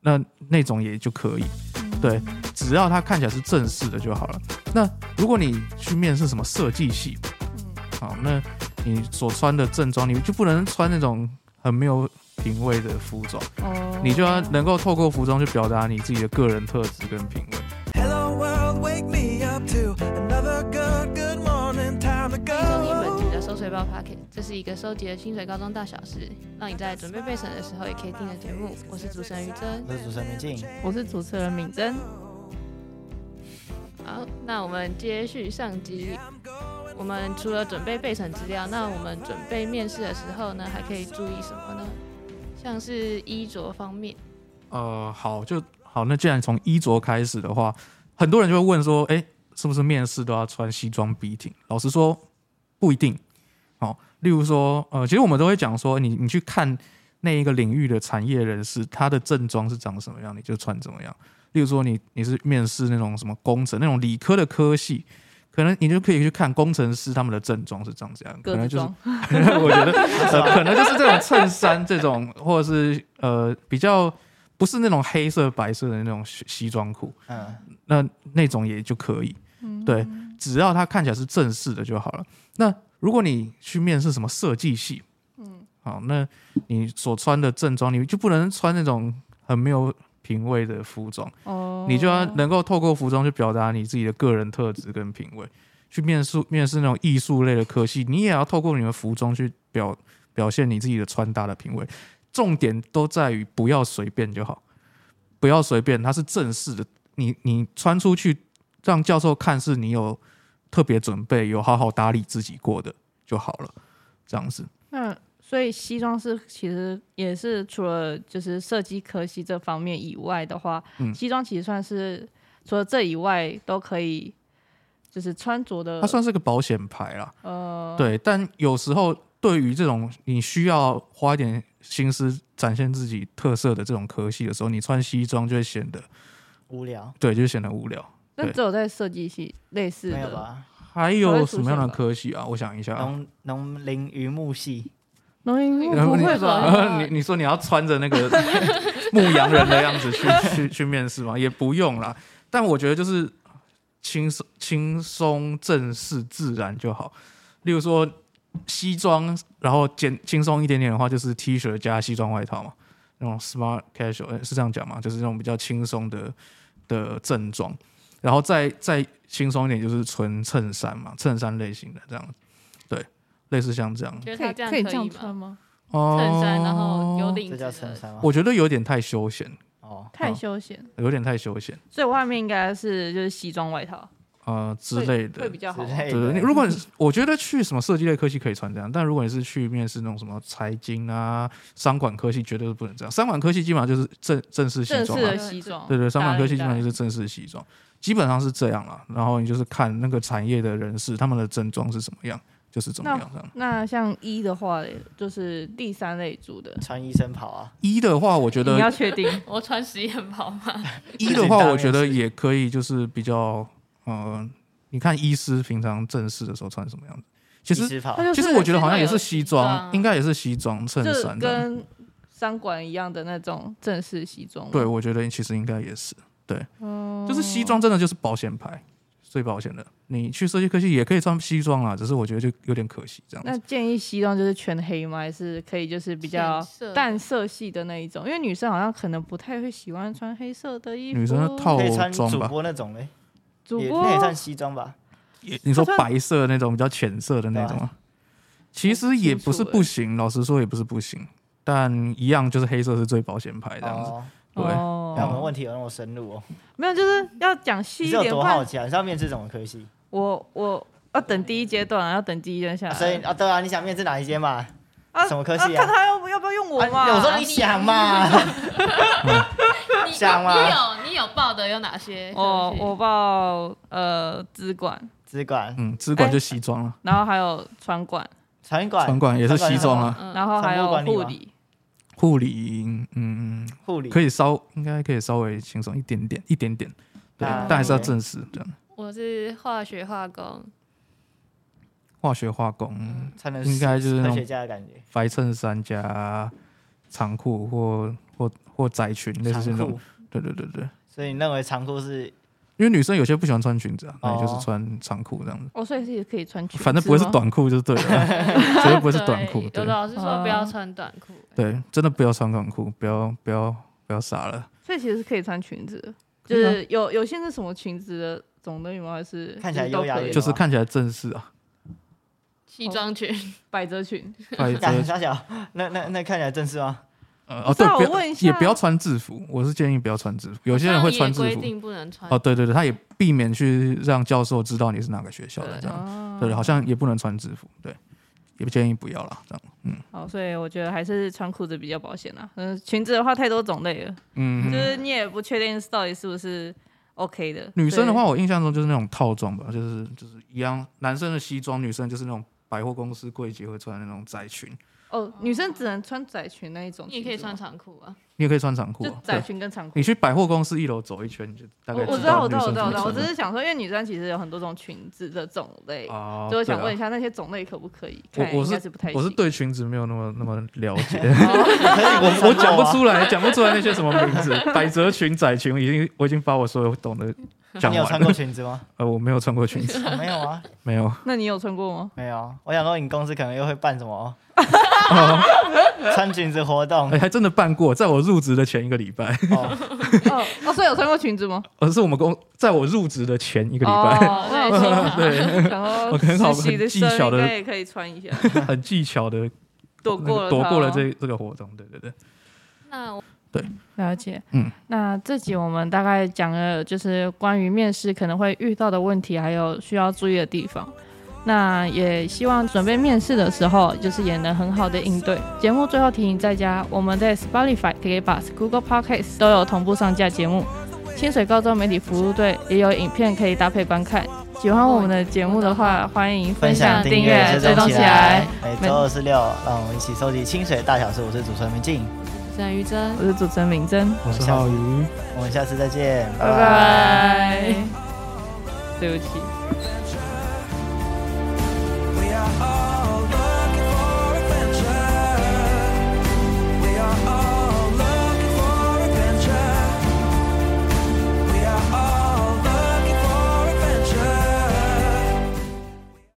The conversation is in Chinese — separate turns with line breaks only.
那那种也就可以。
嗯
对，只要它看起来是正式的就好了。那如果你去面试什么设计系，好，那你所穿的正装，你就不能穿那种很没有品味的服装，
哦，
你就要能够透过服装去表达你自己的个人特质跟品味。
Hello world, wake me up to another good, good morning time to
这就是一本集的收水
go.
报 Pocket，这是一个收集了清水高中大小事，让你在准备备审的时候也可以听的节目。我是主持人于真，
我是主持人明静，
我是主持人敏珍，
好，那我们接续上集。我们除了准备备审资料，那我们准备面试的时候呢，还可以注意什么呢？像是衣着方面，
呃，好，就好。那既然从衣着开始的话，很多人就会问说，哎，是不是面试都要穿西装笔挺？老实说，不一定。好、例如说，呃，其实我们都会讲说，你你去看那一个领域的产业人士，他的正装是长什么样，你就穿怎么样。例如说你，你是面试那种什么工程那种理科的科系，可能你就可以去看工程师他们的正装是长怎样，可
各
能
自
就是
装，
我觉得、呃、可能就是这种衬衫这种，或者是呃比较不是那种黑色白色的那种西西装裤，
嗯，
那那种也就可以。对，只要它看起来是正式的就好了。那如果你去面试什么设计系，嗯，好，那你所穿的正装，你就不能穿那种很没有品味的服装。
哦
你就要能够透过服装去表达你自己的个人特质跟品味。去面试面试那种艺术类的科系，你也要透过你的服装去表表现你自己的穿搭的品味。重点都在于不要随便就好，不要随便，它是正式的。你你穿出去，让教授看是你有特别准备，有好好打理自己过的就好了。这样子，
那所以西装是其实也是除了就是设计科系这方面以外的话，
嗯
西装其实算是除了这以外都可以，就是穿着的
啊它算是个保险牌啦。
呃
对，但有时候对于这种你需要花一点心思展现自己特色的这种科系的时候，你穿西装就会显得
无聊，
对，就显得无聊。
那
对
只有在设计系类似
没有
的
吧？
还
才会
有
出
什么样的
现吧
科系啊？我想一下啊，
农农林渔牧系，
农民
你
工
然后
不
你啊
会吧？
你你说你要穿着那 个牧羊人的样子去去去面试吗？也不用啦，但我觉得就是轻松轻松正式自然就好。例如说西装，然后简轻松一点点的话，就是 T 恤加西装外套嘛，那种 smart casual 呃是这样讲嘛，就是那种比较轻松的的正装，然后再再轻松一点就是纯衬衫嘛，衬衫类型的这样，对，类似像这样。
觉得
可
他
以
这样
可以这
可
样
以
穿
吗？
吗？
衬衫，然后有
哦
领
这
子
叫衬
的，
衫吗？
我觉得有点太休闲，
哦，
太
哦
休闲，
有点太休闲，
所以外面应该是就是西装外套
呃之
会
类
会
的
比。较好
之
吗。
类
对对，你
的。欸
如果你是我觉得去什么设计类科系可以穿这样，但如果你是去面试那种什么财经啊、商管科系，绝对是不能这样。商管科系基本上就是正正式西
正式
装、
的
啊，
西装，
对对，商管科系基
当
本上
然
就是正式西装，基本上是这样啦。然后你就是看那个产业的人士他们的症状是什么样，就是怎么
那
样这样。
那像一的话，就是第三类组的，
穿医生袍啊，
一的话，我觉
你要
得
确定
我穿实验袍 嘛，
一的话，我觉得也可以，就是比较呃，你看医师平常正式的时候穿什么样子，其实
医师袍
他，就
其实
是
我觉得好像也是西
西
装，
装
应该也是西装衬
就
衫的。
跟商管一样的那种正式西装。
对，，我觉得其实应该也是，对，
哦
就是西装真的就是保险牌，最保险的。你去设计科系也可以穿西装啦，只是我觉得就有点可惜这样
那
子。
建议西装就是全黑吗？还是可以就是比较
浅色
淡色系的那一种？因为女生好像可能不太会喜欢穿黑色的衣服。
女生的套
可以穿
装
主
吧，
播那种嘞，
主
也
播
可以穿西装吧？
也你说白色那种比较浅色的那种
啊
吗？其实也不是不
欸
行，老实说也不是不行，但一样就是黑色是最保险牌这样子。
哦，
对，
那我们
哦，
问题有那么深入哦？
没有，就是要讲细
你
一
是有
点。
多
不然
好奇啊？你是要面试什么科系？
我我要等第一阶段，要等第一阶段下
啊
来。
呃
所以啊，对啊，你想面试哪一间嘛？
啊
什么科系啊
看他要不要不要用我嘛？
啊我说你想嘛，
你
想吗
你有你有报的有哪
哎
些？
哦
是
我
不是
哦我报呃资管，
资管、
嗯，资管就西装
哎
了，
然后还有船管，
船管、
船管也是西装啊，
嗯
然后还有
船务
护
管理
理。
护理嗯。
护理
可以稍应该可以稍微轻松一点点，一点点，对，
啊
但还是要
对
正式这样。
我是化学化工，
化学化工
才能
应该就是那
科
种
学家的感觉。
白衬衫加长裤或或或窄裙，类似这
长
种
裤。，
对对对对，
所以你认为长裤是
因为女生有些不喜欢穿裙子啊，那你就
哦
是穿长裤这样子，
哦，所以是也可以穿裙子吗，
反正不会是短裤就是对了，啊 绝对不会是短裤。
有的
对啊
老师说不要
哦
穿短裤，
对，真的不要穿短裤，不要不要不要傻了。
所以其实是可以穿裙子的，就
可以啊
是有有限制什么裙子的种类吗？还是
看起来
就是都
优雅
可
一
以
点
就是看起来正式 啊，
西装裙。
百褶裙？
百
干
褶
小小，那那那看起来正式吗？
呃哦
知
对，
道
不
我
要
问一下
也不要穿制服，我是建议不要穿制服，有些人会穿制
规
服。
定不能穿
哦，对对对，他也避免去让教授知道你是哪个学校的
对
这样，
哦
对，好像也不能穿制服，对，也不建议不要啦，这样，
好，所以我觉得还是穿裤子比较保险啦。嗯，裙子的话太多种类了，
嗯
就
哼。
是你也不确定到底是不是 OK 的。
女生的
对
话，，我印象中就是那种套装吧，就是就是一样，男生的西装，女生就是那种百货公司柜姐会穿的那种窄裙，
哦，女生只能穿窄裙那一种，
你也可以穿，长裤啊。
你也可以穿长裤、
就
啊，
窄
对。
裙跟长裤
你。去百货公司一楼走一圈，你就大
我
概
我知道，
道
我知
女
道，我
生怎么
知道，我知道。我
穿
只
了。
是想说，因为女生其实有很多种裙子的种类，
哦
就想
对啊
问一下那些种类可不可以？
我
看
我
应该
是
是不太
我是
行
对裙子没有那么那么了解，
我
我讲不，出来，讲不出来那些什么名字，百褶裙、窄裙，已经我已经把我所有懂的讲
你有
完
穿过
了。
裙子吗？
呃，我没有穿过裙 子，
没有啊，
没有，
那你有穿过吗？
没有。我想说，你公司可能又会办什么穿裙子活动
哎，还真的办过，在我入职的前一个礼拜，
哦，
哦，哦，所以有穿过裙子吗？
而是我们公在我入职的前一
一
个礼拜，
哦、那也行啊 然后
我很好
实习的
很技巧的
生应该也可以穿一下，
很技巧的
躲过 了
躲
它
过了
哦
这这个活动，对对对，
那我
了解，
嗯，
那这集我们大概讲了就是关于面试可能会遇到的问题，还有需要注意的地方。那也希望准备面试的时候，就是也能很好的应对。节目最后提醒大家，我们在 Spotify、KKBox、Google Podcast 都有同步上架节目。清水高中媒体服务队也有影片可以搭配观看。喜欢我们的节目的话，欢迎分
分
享、
享、
订
订
阅
阅、、
追
追
踪
踪
起
起
来
来。。每周二、四、六，让我们一起收集清水大小事。我是主持人明静，
是于真
我。是主持人明真，
我是浩宇。
我们下次再见，
拜拜。对不起。
Thank